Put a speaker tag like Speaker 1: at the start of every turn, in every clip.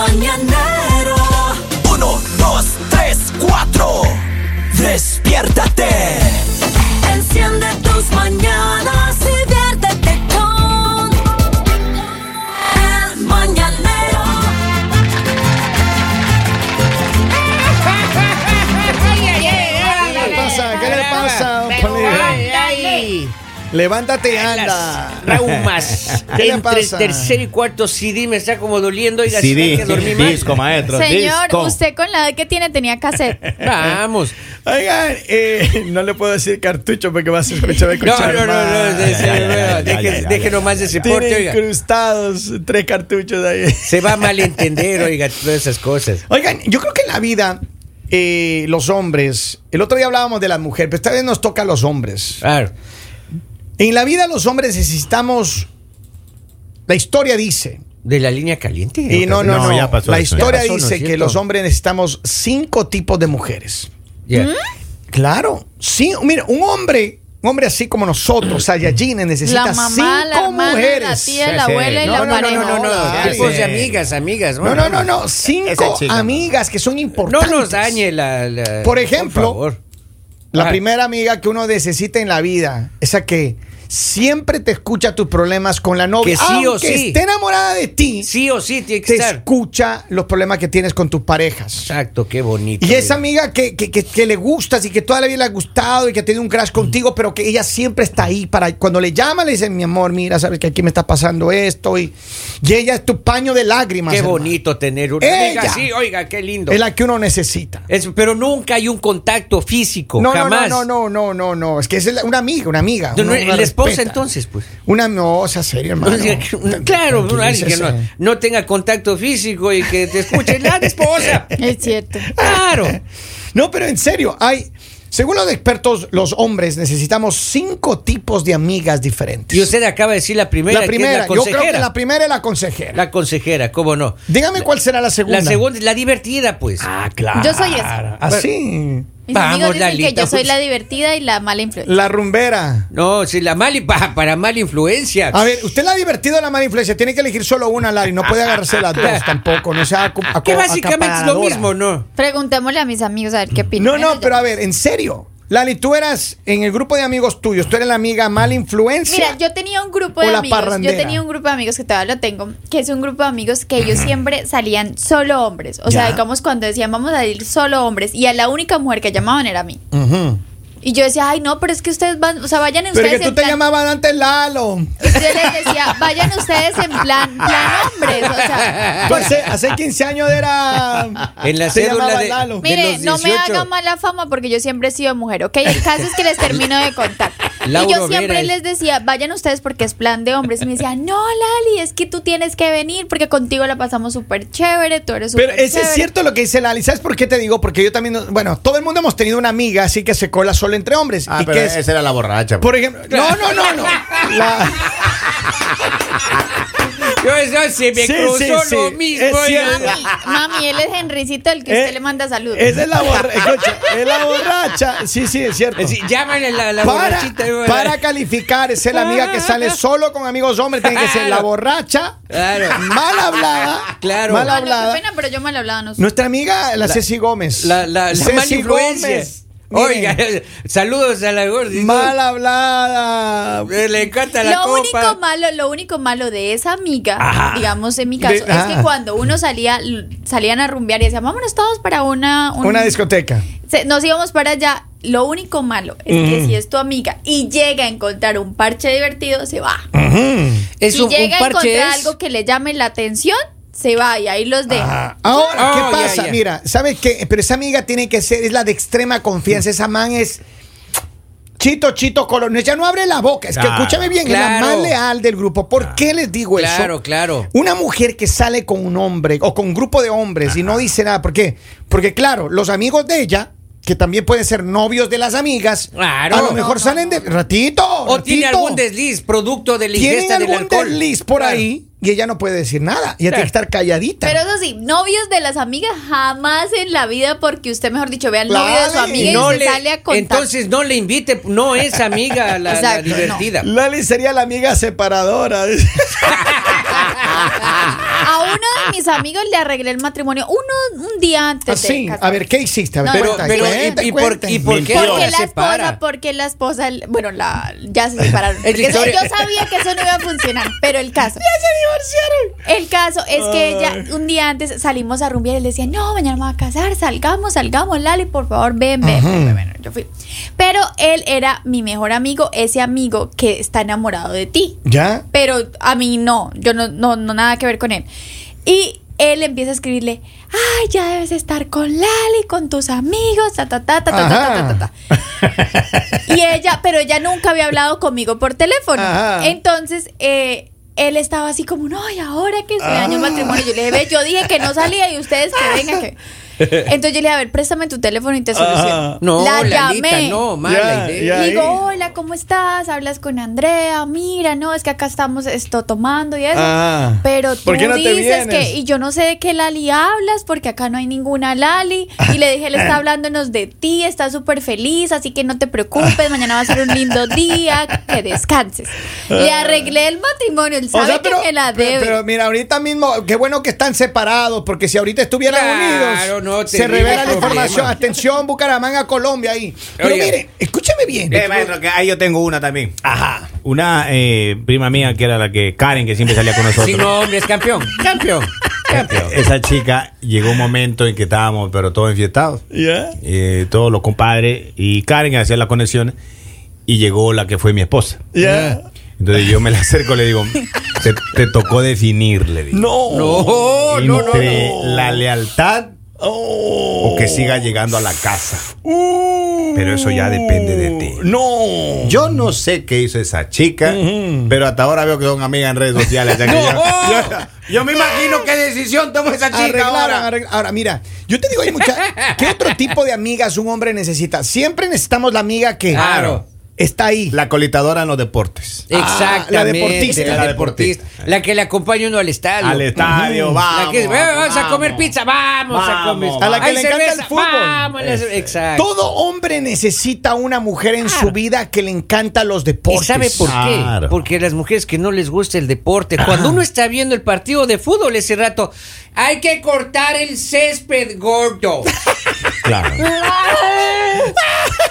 Speaker 1: mañanero. Uno, dos, tres, cuatro. Despiértate. Enciende tus mañanas y viértete con el mañanero.
Speaker 2: ¿Qué le pasa? ¿Qué le pasa? Ponle- Levántate y anda.
Speaker 3: Las traumas
Speaker 2: ¿Qué le
Speaker 3: entre el
Speaker 2: pasa?
Speaker 3: tercer y cuarto CD me está como doliendo. Oiga, si hay
Speaker 4: CD,
Speaker 3: que dormir más.
Speaker 4: disco, maestro.
Speaker 5: Señor,
Speaker 4: disco.
Speaker 5: usted con la edad que tiene tenía cassette.
Speaker 3: Vamos.
Speaker 2: Oigan, eh, no le puedo decir cartucho porque vas a escuchar. va a
Speaker 3: No, no,
Speaker 2: escuchar
Speaker 3: no, no,
Speaker 2: mal.
Speaker 3: de-
Speaker 4: Ya,
Speaker 3: de-
Speaker 4: ya, ya,
Speaker 3: de-
Speaker 4: ya, ya,
Speaker 3: deje-
Speaker 4: ya,
Speaker 3: deje
Speaker 4: ya,
Speaker 3: nomás ese porte,
Speaker 2: Tiene
Speaker 3: oiga.
Speaker 2: incrustados tres cartuchos ahí.
Speaker 3: Se va a malentender, oiga, todas esas cosas.
Speaker 2: Oigan, yo creo que en la vida, eh, los hombres, el otro día hablábamos de las mujeres, pero esta vez nos toca a los hombres.
Speaker 3: Claro.
Speaker 2: En la vida los hombres necesitamos, la historia dice,
Speaker 3: De la línea caliente.
Speaker 2: y no, no, no,
Speaker 4: no, ya pasó
Speaker 2: la
Speaker 4: eso, ya
Speaker 2: historia
Speaker 3: pasó, ¿no es
Speaker 2: dice que
Speaker 3: cierto?
Speaker 2: los hombres necesitamos cinco tipos de mujeres.
Speaker 3: Ya.
Speaker 2: ¿Mm? Claro, sí, mira, un hombre, un hombre así como nosotros, Saiyajines, necesita
Speaker 5: La mamá, la
Speaker 2: cinco
Speaker 5: hermana,
Speaker 2: mujeres.
Speaker 5: la tía, la
Speaker 4: Sí, sí.
Speaker 5: abuela y
Speaker 2: No,
Speaker 5: la
Speaker 2: no, no,
Speaker 5: pareja.
Speaker 2: no, no, no.
Speaker 3: Tipos de
Speaker 4: sí.
Speaker 3: amigas, amigas.
Speaker 2: No, no, no, no,
Speaker 4: Esa
Speaker 2: cinco
Speaker 4: chica,
Speaker 2: amigas que son
Speaker 3: No
Speaker 2: importantes.
Speaker 3: nos dañe la. la-
Speaker 2: Por ejemplo,
Speaker 3: favor.
Speaker 2: La
Speaker 3: Ajá.
Speaker 2: primera amiga que uno necesita en la vida, esa que siempre te escucha tus problemas con la novia,
Speaker 3: Que sí o
Speaker 2: aunque
Speaker 3: sí.
Speaker 2: esté enamorada de ti,
Speaker 3: Sí o sí tiene que
Speaker 2: te
Speaker 3: estar.
Speaker 2: escucha los problemas que tienes con tus parejas.
Speaker 3: Exacto, qué bonito.
Speaker 2: Y esa
Speaker 3: oiga.
Speaker 2: amiga que, que- que- que le gustas y que toda la vida le ha gustado y que tiene un crush contigo, pero que ella siempre está ahí para cuando le llama le dice, mi amor, mira, sabes que aquí me está pasando esto y, y ella es tu paño de lágrimas.
Speaker 3: Qué
Speaker 2: hermano.
Speaker 3: bonito tener una
Speaker 2: Ella.
Speaker 3: amiga así, oiga, qué lindo.
Speaker 2: Es la que uno necesita.
Speaker 3: Es- pero nunca hay un contacto físico,
Speaker 2: No, no,
Speaker 3: jamás.
Speaker 2: no, no, no, no, no, es que es la- una amiga, una amiga.
Speaker 3: No, no,
Speaker 2: uno- uno
Speaker 3: la esposa
Speaker 2: respeta.
Speaker 3: entonces, pues.
Speaker 2: Una no, o sea, serio, hermano.
Speaker 3: O sea, que- claro, alguien que no,
Speaker 2: eh.
Speaker 3: no tenga contacto físico y que te escuche la esposa.
Speaker 5: Es cierto.
Speaker 3: Claro.
Speaker 2: No, pero en serio, hay. Según los expertos, los hombres necesitamos cinco tipos de amigas diferentes.
Speaker 3: Y usted acaba de decir la primera,
Speaker 2: la primera,
Speaker 3: que es
Speaker 2: yo
Speaker 3: la
Speaker 2: creo
Speaker 3: consejera.
Speaker 2: que la
Speaker 3: la,
Speaker 2: primera es la consejera.
Speaker 3: consejera, cómo no.
Speaker 2: Dígame cuál será la segunda.
Speaker 3: La segunda es la divertida, pues.
Speaker 2: Ah, claro.
Speaker 5: Yo soy esa.
Speaker 2: Así.
Speaker 5: Mis amigos
Speaker 3: Vamos,
Speaker 5: dicen que
Speaker 3: Lalita,
Speaker 5: yo soy
Speaker 3: pues.
Speaker 5: la divertida y la mala influencia.
Speaker 2: La rumbera.
Speaker 3: No, si la mala para, para mala influencia.
Speaker 2: A ver, usted la ha divertido la mala influencia. Tiene que elegir solo una, Larry. No puede agarrarse las dos tampoco. No sea acu- acu-
Speaker 3: que básicamente es lo
Speaker 2: acaparadora.
Speaker 3: mismo, ¿no?
Speaker 5: Preguntémosle a mis amigos a ver qué opinan.
Speaker 2: No,
Speaker 5: Bueno,
Speaker 2: no,
Speaker 5: yo-
Speaker 2: pero a ver, en serio. Lali, tú eras en el grupo de amigos tuyos, tú eres la amiga mala influencia.
Speaker 5: Mira, yo tenía un grupo
Speaker 2: O
Speaker 5: de
Speaker 2: la
Speaker 5: amigos.
Speaker 2: parrandera.
Speaker 5: Yo tenía un grupo de amigos que todavía lo tengo, que es un grupo de amigos que ellos siempre salían solo hombres. O sea,
Speaker 2: Ya.
Speaker 5: digamos cuando decían vamos a ir solo hombres y a la única mujer que llamaban era a mí.
Speaker 2: Ujú.
Speaker 5: Y yo decía, ay no, pero es que ustedes van, o sea, vayan
Speaker 2: Pero
Speaker 5: ustedes
Speaker 2: es que tú
Speaker 5: en
Speaker 2: te
Speaker 5: plan.
Speaker 2: llamaban antes Lalo.
Speaker 5: y Yo les decía, vayan ustedes en plan, plan hombres. O sea,
Speaker 2: Tú hace, hace 15 años era.
Speaker 3: En la
Speaker 2: se
Speaker 3: cédula
Speaker 2: llamaba
Speaker 3: de-
Speaker 2: Lalo.
Speaker 3: de-
Speaker 5: Mire,
Speaker 3: los
Speaker 5: no me
Speaker 3: 18.
Speaker 5: haga mala fama porque yo siempre he sido mujer, ¿ok? El caso es que les termino de contar. y
Speaker 3: Lauro
Speaker 5: yo siempre
Speaker 3: Vera es-
Speaker 5: les decía, vayan ustedes porque es plan de hombres. Y me decían, no, Lali, es que tú tienes que venir porque contigo la pasamos súper chévere, tú eres súper
Speaker 2: Pero eso es
Speaker 5: chévere".
Speaker 2: cierto lo que dice Lali. ¿Sabes por qué te digo? Porque yo también. Bueno, todo el mundo hemos tenido una amiga así que se cola solo entre hombres.
Speaker 4: Ah,
Speaker 2: y
Speaker 4: pero
Speaker 2: que es,
Speaker 4: esa era la borracha. pues.
Speaker 2: por ejemplo. No, no, no, no. La-
Speaker 3: Yo eso se me
Speaker 2: Sí,
Speaker 3: cruzó
Speaker 2: sí, sí.
Speaker 3: lo mismo.
Speaker 2: Es
Speaker 3: oiga.
Speaker 2: cierto.
Speaker 5: Mami, mami, él es Henricito, el que
Speaker 2: eh,
Speaker 5: usted le manda saludos.
Speaker 2: Esa es la borracha. es la borracha. Sí, sí, es cierto.
Speaker 3: Es decir, llámale la, la
Speaker 2: para,
Speaker 3: borrachita, oiga.
Speaker 2: para calificar, es la amiga que sale solo con amigos hombres, tiene que ser la
Speaker 3: Claro.
Speaker 2: borracha,
Speaker 3: Claro.
Speaker 2: mal hablada,
Speaker 3: Claro.
Speaker 2: mal
Speaker 5: Ah, no,
Speaker 2: hablada.
Speaker 5: qué pena, pero yo mal hablaba, no sé.
Speaker 2: Nuestra amiga, la, Ceci Gómez.
Speaker 3: La, la, la
Speaker 2: Ceci
Speaker 3: mala influencia.
Speaker 2: Gómez,
Speaker 3: Oiga,
Speaker 2: miren,
Speaker 3: saludos a la gordi.
Speaker 2: mal hablada.
Speaker 3: Eh, Le encanta la
Speaker 5: lo
Speaker 3: copa.
Speaker 5: único malo lo único malo de esa amiga digamos en mi caso
Speaker 2: De-
Speaker 5: es
Speaker 2: ah.
Speaker 5: que cuando uno salía l- salían a rumbear y decían vámonos todos para una un-
Speaker 2: Una discoteca.
Speaker 5: se- nos íbamos para allá lo único malo es que si es tu amiga y llega a encontrar un parche divertido se va
Speaker 3: es
Speaker 5: si
Speaker 3: un, un
Speaker 5: llega a
Speaker 3: parche
Speaker 5: encontrar
Speaker 3: es-
Speaker 5: algo que le llame la atención se va y ahí los deja
Speaker 2: Ah, Ahora, ¿qué
Speaker 3: Oh, ya,
Speaker 2: pasa?
Speaker 3: ya.
Speaker 2: Mira, ¿sabes qué? Pero esa amiga tiene que ser, es la de extrema confianza. Esa man es chito, chito, color. Ella no abre la boca. Es que
Speaker 4: Claro.
Speaker 2: escúchame bien, es la
Speaker 3: Claro.
Speaker 2: más leal del grupo. ¿Por qué les digo eso?
Speaker 3: Claro, claro.
Speaker 2: Una mujer que sale con un hombre o con un grupo de hombres y no dice nada. ¿Por qué? Porque, claro, los amigos de ella, que también pueden ser novios de las amigas,
Speaker 3: Claro.
Speaker 2: a lo mejor
Speaker 5: No, no,
Speaker 2: salen de. Ratito.
Speaker 3: O tiene
Speaker 2: ratito.
Speaker 3: algún desliz, producto de la
Speaker 2: Tienen
Speaker 3: ingesta del
Speaker 2: algún
Speaker 3: alcohol.
Speaker 2: desliz por
Speaker 3: Claro.
Speaker 2: ahí y ella no puede decir nada. Ella tiene que
Speaker 3: Claro.
Speaker 2: estar calladita.
Speaker 5: pero eso sí, novios de las amigas jamás en la vida, porque usted, mejor dicho, vea al novio de su
Speaker 2: Claro.
Speaker 5: amiga y,
Speaker 3: No
Speaker 5: se
Speaker 3: le-
Speaker 5: sale a contar.
Speaker 3: entonces no le invite, no es amiga la, la
Speaker 5: Exacto, no.
Speaker 3: divertida.
Speaker 2: Lali sería la amiga separadora.
Speaker 5: A uno de de mis amigos le arreglé el matrimonio uno un día antes. de
Speaker 2: Así,
Speaker 5: casarme.
Speaker 2: Ah, a ver, ¿qué hiciste? A ver,
Speaker 5: No,
Speaker 3: Pero,
Speaker 5: cuenta,
Speaker 3: pero,
Speaker 2: cuenta,
Speaker 3: y, y por,
Speaker 2: cuenta.
Speaker 3: ¿y por qué
Speaker 5: porque
Speaker 3: ahora
Speaker 5: la
Speaker 3: se para?
Speaker 5: esposa, porque la esposa, bueno, la ya se separaron.
Speaker 3: Es
Speaker 5: Porque
Speaker 3: Victoria.
Speaker 5: yo sabía que eso no iba a funcionar, pero el caso. Ya se divorciaron. El caso es que ella un día antes salimos a rumbear y le decía, "No, mañana me voy a casar, salgamos, salgamos, Lali, por favor, ven, ven." ven". Bueno, yo fui. Pero él era mi mejor amigo, ese amigo que está enamorado de ti
Speaker 2: ¿Ya?
Speaker 5: pero a mí no, yo no, no, no nada que ver con él. Y él empieza a escribirle, ay, ya debes estar con Lali, con tus amigos, ta, ta, ta, ta, ta, ta, ta, ta, ta". Y ella, pero ella nunca había hablado conmigo por teléfono.
Speaker 2: Ajá.
Speaker 5: Entonces, eh, él estaba así como, no, y ahora que se dañó el matrimonio, yo le dije, "Ve, yo dije que no salía y ustedes que vengan que... Entonces yo le dije, a ver, préstame tu teléfono y te soluciono.
Speaker 3: No,
Speaker 5: la
Speaker 3: Lalita,
Speaker 5: llamé.
Speaker 3: no, mala
Speaker 2: Ya,
Speaker 3: idea.
Speaker 2: ya.
Speaker 5: Digo,
Speaker 2: ahí.
Speaker 5: hola, ¿cómo estás? Hablas con Andrea, mira, no, es que acá estamos esto tomando y eso.
Speaker 2: Ah,
Speaker 5: pero tú
Speaker 2: ¿por qué no te
Speaker 5: dices
Speaker 2: vienes?
Speaker 5: que, y yo no sé de qué Lali hablas, porque acá no hay ninguna Lali. Y le dije, él está hablándonos de ti, está súper feliz, así que no te preocupes, mañana va a ser un lindo día, que descanses. Le arreglé el matrimonio, él sabe que me la debe.
Speaker 2: Ah. pero- pero mira, ahorita mismo, qué bueno que están separados, porque si ahorita estuvieran
Speaker 3: Claro,
Speaker 2: unidos,
Speaker 3: no
Speaker 2: se
Speaker 3: tenía
Speaker 2: revela la
Speaker 3: problema.
Speaker 2: información. Atención, Bucaramanga, Colombia ahí. Pero
Speaker 3: Oiga.
Speaker 2: mire, escúcheme bien.
Speaker 4: Eh, maestro, que ahí yo tengo una también.
Speaker 2: Ajá.
Speaker 4: Una eh, prima mía que era la que, Karen, que siempre salía con nosotros. Eh,
Speaker 3: Si no, hombre, es campeón. Campeón. Campeón.
Speaker 4: Esa chica llegó un momento en que estábamos, pero todos enfiestados. Eh, todos los compadres y Karen que hacía las conexiones. Y llegó la que fue mi esposa. Eh,
Speaker 2: Ya.
Speaker 4: Entonces yo me la acerco y le digo, te, te tocó definir, le digo.
Speaker 2: No.
Speaker 4: Oh.
Speaker 3: No, no, no,
Speaker 4: entre
Speaker 3: no.
Speaker 4: la lealtad
Speaker 2: Oh.
Speaker 4: o que siga llegando a la casa. Pero eso ya depende de ti.
Speaker 2: Uh. No.
Speaker 4: Yo no sé qué hizo esa chica, pero hasta ahora veo que son amigas en redes sociales. o sea que yo, yo- yo me imagino qué decisión tomó esa chica
Speaker 2: Arreglaron,
Speaker 4: ahora.
Speaker 2: arregla- Ahora, mira, yo te digo, hay mucha. ¿Qué otro tipo de amigas un hombre necesita? Siempre necesitamos la amiga que
Speaker 3: Claro.
Speaker 2: está ahí.
Speaker 4: La colitadora en los deportes.
Speaker 3: Exactamente.
Speaker 2: la deportista.
Speaker 3: La
Speaker 4: La
Speaker 3: Ah, deportista. La que le acompaña uno al estadio.
Speaker 4: Al estadio, vamos.
Speaker 3: La que dice, "Ve, vamos a comer pizza, vamos, a
Speaker 4: Vamos.
Speaker 3: comer.
Speaker 2: A la que
Speaker 3: Hay
Speaker 2: le encanta el fútbol.
Speaker 3: Vamos, la- exacto.
Speaker 2: Todo hombre necesita una mujer en su vida que le encanta los
Speaker 3: ¿Y
Speaker 2: deportes.
Speaker 3: sabe por qué?
Speaker 4: Claro.
Speaker 3: Porque las mujeres que no les gusta el deporte, cuando uno está viendo el partido de fútbol ese rato, hay que cortar el césped gordo.
Speaker 4: Claro.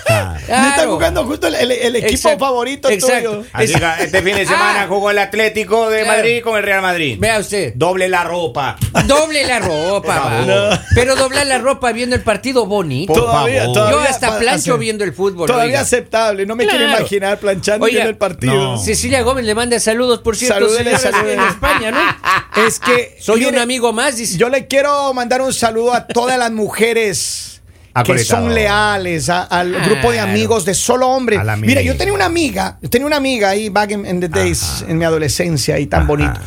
Speaker 4: claro.
Speaker 2: Me está
Speaker 3: Claro.
Speaker 2: jugando justo el, el- el equipo
Speaker 3: Exacto.
Speaker 2: favorito
Speaker 3: Exacto.
Speaker 2: tuyo.
Speaker 4: Así que este fin de semana
Speaker 3: Ah.
Speaker 4: jugó el Atlético de
Speaker 3: Claro.
Speaker 4: Madrid con el Real Madrid.
Speaker 3: Vea usted.
Speaker 4: Doble la ropa.
Speaker 3: Doble la ropa,
Speaker 4: Por
Speaker 3: va.
Speaker 4: favor.
Speaker 3: pero doblar la ropa viendo el partido bonito.
Speaker 4: Por favor.
Speaker 3: Yo hasta
Speaker 2: pa-
Speaker 3: plancho
Speaker 2: ace-
Speaker 3: viendo el fútbol,
Speaker 2: Todavía
Speaker 3: oiga.
Speaker 2: aceptable. No me quiero
Speaker 3: Claro.
Speaker 2: imaginar planchando
Speaker 3: Oiga,
Speaker 2: viendo el partido.
Speaker 4: no.
Speaker 3: Cecilia Gómez le manda saludos, por cierto,
Speaker 2: Salúdele,
Speaker 3: señora,
Speaker 2: salúdele.
Speaker 3: en España, ¿no?
Speaker 2: Es que.
Speaker 3: Soy un
Speaker 2: mire,
Speaker 3: amigo más, dice.
Speaker 2: Yo le quiero mandar un saludo a todas las mujeres
Speaker 4: A
Speaker 2: que
Speaker 4: Coletador.
Speaker 2: son leales a- al grupo de
Speaker 3: Claro.
Speaker 2: amigos de solo hombre.
Speaker 4: A la amiga.
Speaker 2: Mira, yo tenía una amiga, yo tenía una amiga ahí back in, in the days, en mi adolescencia y tan
Speaker 4: Ajá.
Speaker 2: bonito.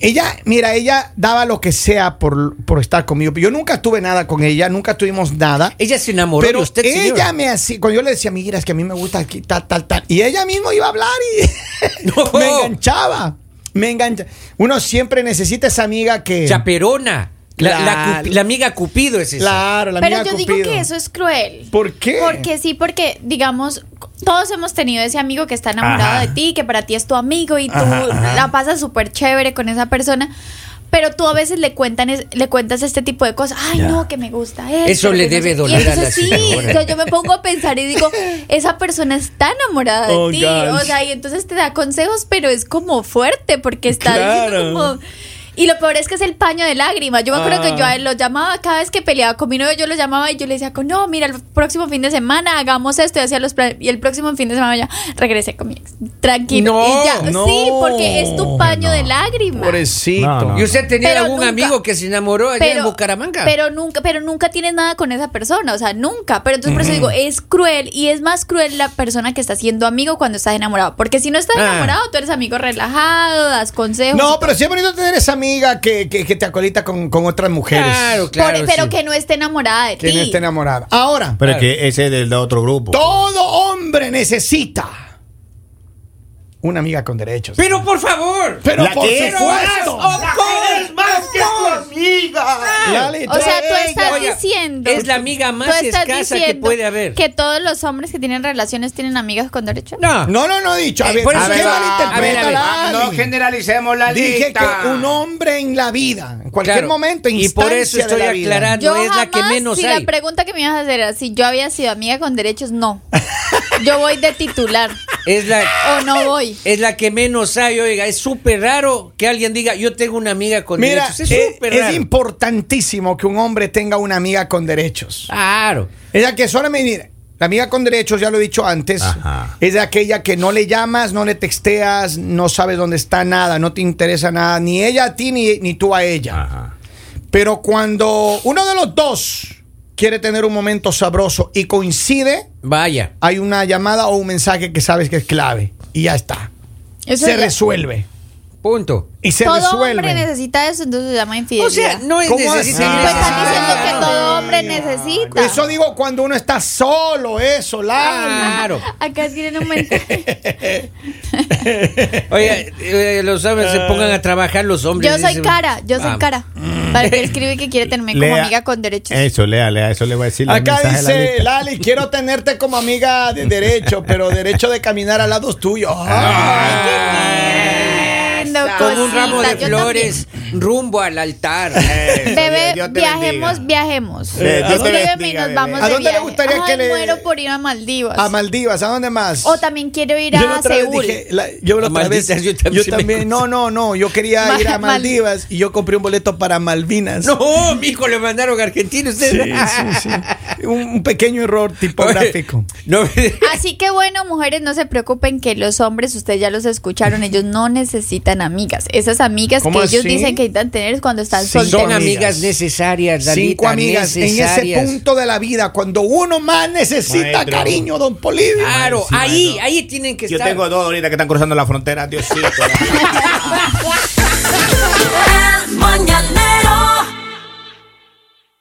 Speaker 2: Ella, mira, ella daba lo que sea por, por estar conmigo. Yo nunca tuve nada con ella, nunca tuvimos nada.
Speaker 3: Ella se enamoró
Speaker 2: pero
Speaker 3: de usted,
Speaker 2: ella
Speaker 3: señora.
Speaker 2: me hacía, cuando yo le decía, mira, es que a mí me gusta aquí, tal, tal, tal. Y ella misma iba a hablar y
Speaker 3: No.
Speaker 2: me enganchaba. Me engancha. Uno siempre necesita esa amiga que.
Speaker 3: Chaperona. La, la
Speaker 2: Claro.
Speaker 3: cupi- la amiga Cupido es esa.
Speaker 2: Claro, la
Speaker 5: Pero
Speaker 2: amiga
Speaker 5: yo digo
Speaker 2: Cupido.
Speaker 5: que eso es cruel.
Speaker 2: ¿Por qué?
Speaker 5: Porque sí, porque digamos, todos hemos tenido ese amigo que está enamorado
Speaker 4: Ajá.
Speaker 5: de ti, que para ti es tu amigo y tú
Speaker 2: Ajá, ajá.
Speaker 5: la pasas súper chévere con esa persona. Pero tú a veces le cuentan es- le cuentas este tipo de cosas. Ay,
Speaker 4: Ya.
Speaker 5: no, que me gusta esto,
Speaker 3: Eso
Speaker 5: que
Speaker 3: le
Speaker 5: no
Speaker 3: debe
Speaker 5: sé-
Speaker 3: doler a
Speaker 5: Y entonces,
Speaker 3: la
Speaker 5: sí,
Speaker 3: señora.
Speaker 5: yo, yo me pongo a pensar y digo, esa persona está enamorada de
Speaker 2: Oh,
Speaker 5: ti. O
Speaker 2: gosh.
Speaker 5: sea, y entonces te da consejos, pero es como fuerte porque está
Speaker 2: Claro.
Speaker 5: diciendo como... Y lo peor es que es el paño de lágrimas. Yo me acuerdo que yo
Speaker 3: Ah.
Speaker 5: a él lo llamaba cada vez que peleaba con mi novio, yo lo llamaba y yo le decía, con, no, mira, el próximo fin de semana hagamos esto y hacía los planes. Y el próximo fin de semana ya regresé con mi ex. Tranquilo.
Speaker 3: No,
Speaker 5: y ya.
Speaker 2: no.
Speaker 5: sí, porque es tu paño de lágrimas.
Speaker 2: Pobrecito.
Speaker 4: No, no.
Speaker 3: ¿Y usted tenía
Speaker 5: Pero
Speaker 3: algún
Speaker 5: nunca-
Speaker 3: amigo que se enamoró allá en Bucaramanga?
Speaker 5: Pero nunca, pero nunca tienes nada con esa persona, o sea, nunca. Pero entonces por eso digo, es cruel y es más cruel la persona que está siendo amigo cuando estás enamorado. Porque si no estás
Speaker 3: Ah.
Speaker 5: enamorado, tú eres amigo relajado, das consejos.
Speaker 2: No, pero sí es bonito tener esa amiga que, que- que te acolita con, con otras mujeres.
Speaker 3: Claro,
Speaker 5: Por-
Speaker 3: claro.
Speaker 5: pero
Speaker 3: sí.
Speaker 5: que no esté enamorada de
Speaker 2: Que no
Speaker 5: ti.
Speaker 2: esté enamorada. Ahora,
Speaker 4: Pero es que ese es del otro grupo.
Speaker 2: todo hombre necesita una amiga con derechos.
Speaker 3: Pero por favor.
Speaker 2: Pero
Speaker 4: La
Speaker 2: por
Speaker 4: que es.
Speaker 2: supuesto.
Speaker 3: Of course, más que tu amiga.
Speaker 2: Lali,
Speaker 5: O sea, tú estás
Speaker 3: Oiga,
Speaker 5: diciendo.
Speaker 3: es la amiga más
Speaker 5: tú estás
Speaker 3: escasa que
Speaker 5: diciendo
Speaker 3: puede haber.
Speaker 5: Que todos los hombres que tienen relaciones tienen amigas con derecho.
Speaker 3: No.
Speaker 2: No, no, no he dicho. A
Speaker 3: Eh,
Speaker 2: ver,
Speaker 3: por eso
Speaker 2: ¿qué
Speaker 3: es que-
Speaker 2: malinterpreta,
Speaker 3: a ver, a ver,
Speaker 2: Lali?
Speaker 6: No generalicemos la
Speaker 2: Dije
Speaker 6: lista.
Speaker 2: que un hombre en la vida, en cualquier
Speaker 3: Claro.
Speaker 2: momento,
Speaker 3: Y por
Speaker 2: instancia
Speaker 3: eso
Speaker 2: de
Speaker 3: estoy
Speaker 2: la vida.
Speaker 3: aclarando,
Speaker 5: Yo
Speaker 3: es la que
Speaker 5: jamás,
Speaker 3: menos
Speaker 5: si
Speaker 3: hay.
Speaker 5: la pregunta que me ibas a hacer era si yo había sido amiga con derechos, no. Yo voy de titular
Speaker 3: Es la,
Speaker 5: o no voy.
Speaker 3: es la que menos hay, oiga, es súper raro que alguien diga, yo tengo una amiga con
Speaker 2: Mira,
Speaker 3: derechos.
Speaker 2: es,
Speaker 3: Es súper
Speaker 2: es
Speaker 3: raro.
Speaker 2: importantísimo que un hombre tenga una amiga con derechos.
Speaker 3: Claro.
Speaker 2: Es la que solamente, mira, la amiga con derechos, ya lo he dicho antes,
Speaker 4: Ajá.
Speaker 2: es de aquella que no le llamas, no le texteas, no sabes dónde está nada, no te interesa nada, ni ella a ti ni, ni tú a ella.
Speaker 4: Ajá.
Speaker 2: Pero cuando uno de los dos quiere tener un momento sabroso y coincide,
Speaker 3: Vaya.
Speaker 2: hay una llamada o un mensaje que sabes que es clave y ya está.
Speaker 5: Eso
Speaker 2: se
Speaker 5: ya-
Speaker 2: resuelve.
Speaker 3: Punto.
Speaker 2: Y se
Speaker 5: todo
Speaker 2: resuelve.
Speaker 5: hombre necesita eso, entonces se llama infidelidad.
Speaker 3: O sea, no es
Speaker 2: ¿Cómo
Speaker 3: necesario.
Speaker 2: así?
Speaker 5: Pues están diciendo
Speaker 2: Ah,
Speaker 5: que todo hombre necesita.
Speaker 2: Eso digo cuando uno está solo, eh, eso, la.
Speaker 3: Claro.
Speaker 5: Acá tienen un mensaje.
Speaker 3: Oye, eh, los hombres se pongan a trabajar los hombres.
Speaker 5: Yo soy
Speaker 3: dicen.
Speaker 5: cara, yo soy
Speaker 3: Ah,
Speaker 5: cara. Para que escribe que quiere tenerme como
Speaker 4: Lea.
Speaker 5: amiga con derechos.
Speaker 4: Eso, lea, lea, eso le voy a decir.
Speaker 2: Acá
Speaker 4: el mensaje a la
Speaker 2: dice
Speaker 4: lista.
Speaker 2: Lali, quiero tenerte como amiga de derecho, pero derecho de caminar al lado tuyo. Ah.
Speaker 5: Ando
Speaker 3: Con un ramo de
Speaker 5: cosita, yo
Speaker 3: flores rumbo al altar.
Speaker 5: también. Bebé, viajemos, viajemos.
Speaker 4: Eh, Dios te
Speaker 5: Escríbeme y
Speaker 4: bendiga,
Speaker 5: nos
Speaker 4: bebé.
Speaker 5: vamos
Speaker 2: ¿A
Speaker 5: de
Speaker 2: dónde le
Speaker 5: viaje.
Speaker 2: gustaría
Speaker 5: Ay,
Speaker 2: que le-
Speaker 5: muero por ir a Maldivas.
Speaker 2: A Maldivas, ¿a dónde más?
Speaker 5: o también quiero ir
Speaker 2: Yo la
Speaker 5: a
Speaker 2: otra vez
Speaker 5: Seúl.
Speaker 2: dije, la- yo la
Speaker 3: A
Speaker 2: otra vez-
Speaker 3: Maldivas, yo también se me
Speaker 2: no, no, no, yo quería
Speaker 5: Ma-
Speaker 2: ir a
Speaker 5: Mal-
Speaker 2: Maldivas y yo compré un boleto para Malvinas.
Speaker 3: no, mijo, le mandaron a Argentina. Usted.
Speaker 2: Sí, sí, sí. Un, un pequeño error tipográfico.
Speaker 3: No,
Speaker 5: Así que bueno, mujeres, no se preocupen que los hombres, ustedes ya los escucharon, ellos no necesitan amigas. Esas amigas que
Speaker 2: ¿Cómo
Speaker 5: ellos
Speaker 2: así?
Speaker 5: dicen que intentan tener es cuando están
Speaker 2: Sí,
Speaker 5: solteros.
Speaker 3: son amigas necesarias, Lalita,
Speaker 2: Cinco amigas en ese
Speaker 3: necesarias.
Speaker 2: punto de la vida, cuando uno más necesita
Speaker 4: Maestro.
Speaker 2: cariño, don Polivio.
Speaker 3: Claro,
Speaker 4: Sí,
Speaker 3: ahí,
Speaker 4: maestro.
Speaker 3: ahí tienen que
Speaker 4: Yo
Speaker 3: estar.
Speaker 4: tengo dos ahorita que están cruzando la frontera, Diosito.